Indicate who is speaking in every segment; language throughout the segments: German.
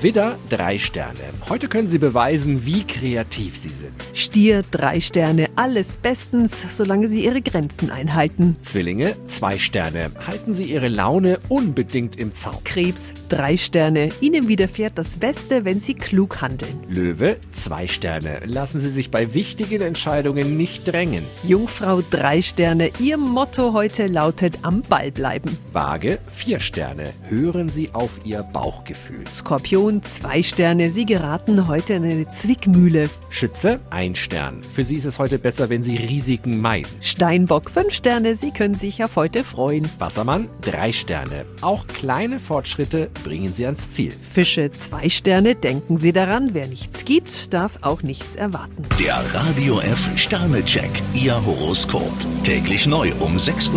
Speaker 1: Widder, drei Sterne. Heute können Sie beweisen, wie kreativ Sie sind.
Speaker 2: Stier, drei Sterne, alles bestens, solange Sie Ihre Grenzen einhalten.
Speaker 1: Zwillinge, zwei Sterne. Halten Sie Ihre Laune unbedingt im Zaum.
Speaker 2: Krebs, drei Sterne, Ihnen widerfährt das Beste, wenn Sie klug handeln.
Speaker 1: Löwe, zwei Sterne. Lassen Sie sich bei wichtigen Entscheidungen nicht drängen.
Speaker 2: Jungfrau, drei Sterne, Ihr Motto heute lautet am Ball bleiben.
Speaker 1: Waage, vier Sterne. Hören Sie auf Ihr Bauchgefühl.
Speaker 2: Skorpion, zwei Sterne, Sie geraten heute in eine Zwickmühle.
Speaker 1: Schütze, ein Stern. Für Sie ist es heute besser, wenn Sie Risiken meiden.
Speaker 2: Steinbock, fünf Sterne, Sie können sich auf heute freuen.
Speaker 1: Wassermann, drei Sterne. Auch kleine Fortschritte bringen Sie ans Ziel.
Speaker 2: Fische, zwei Sterne, denken Sie daran, wer nichts gibt, darf auch nichts erwarten.
Speaker 3: Der Radio F Sternecheck, Ihr Horoskop. Täglich neu um 6.20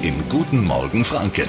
Speaker 3: Uhr im Guten Morgen Franken.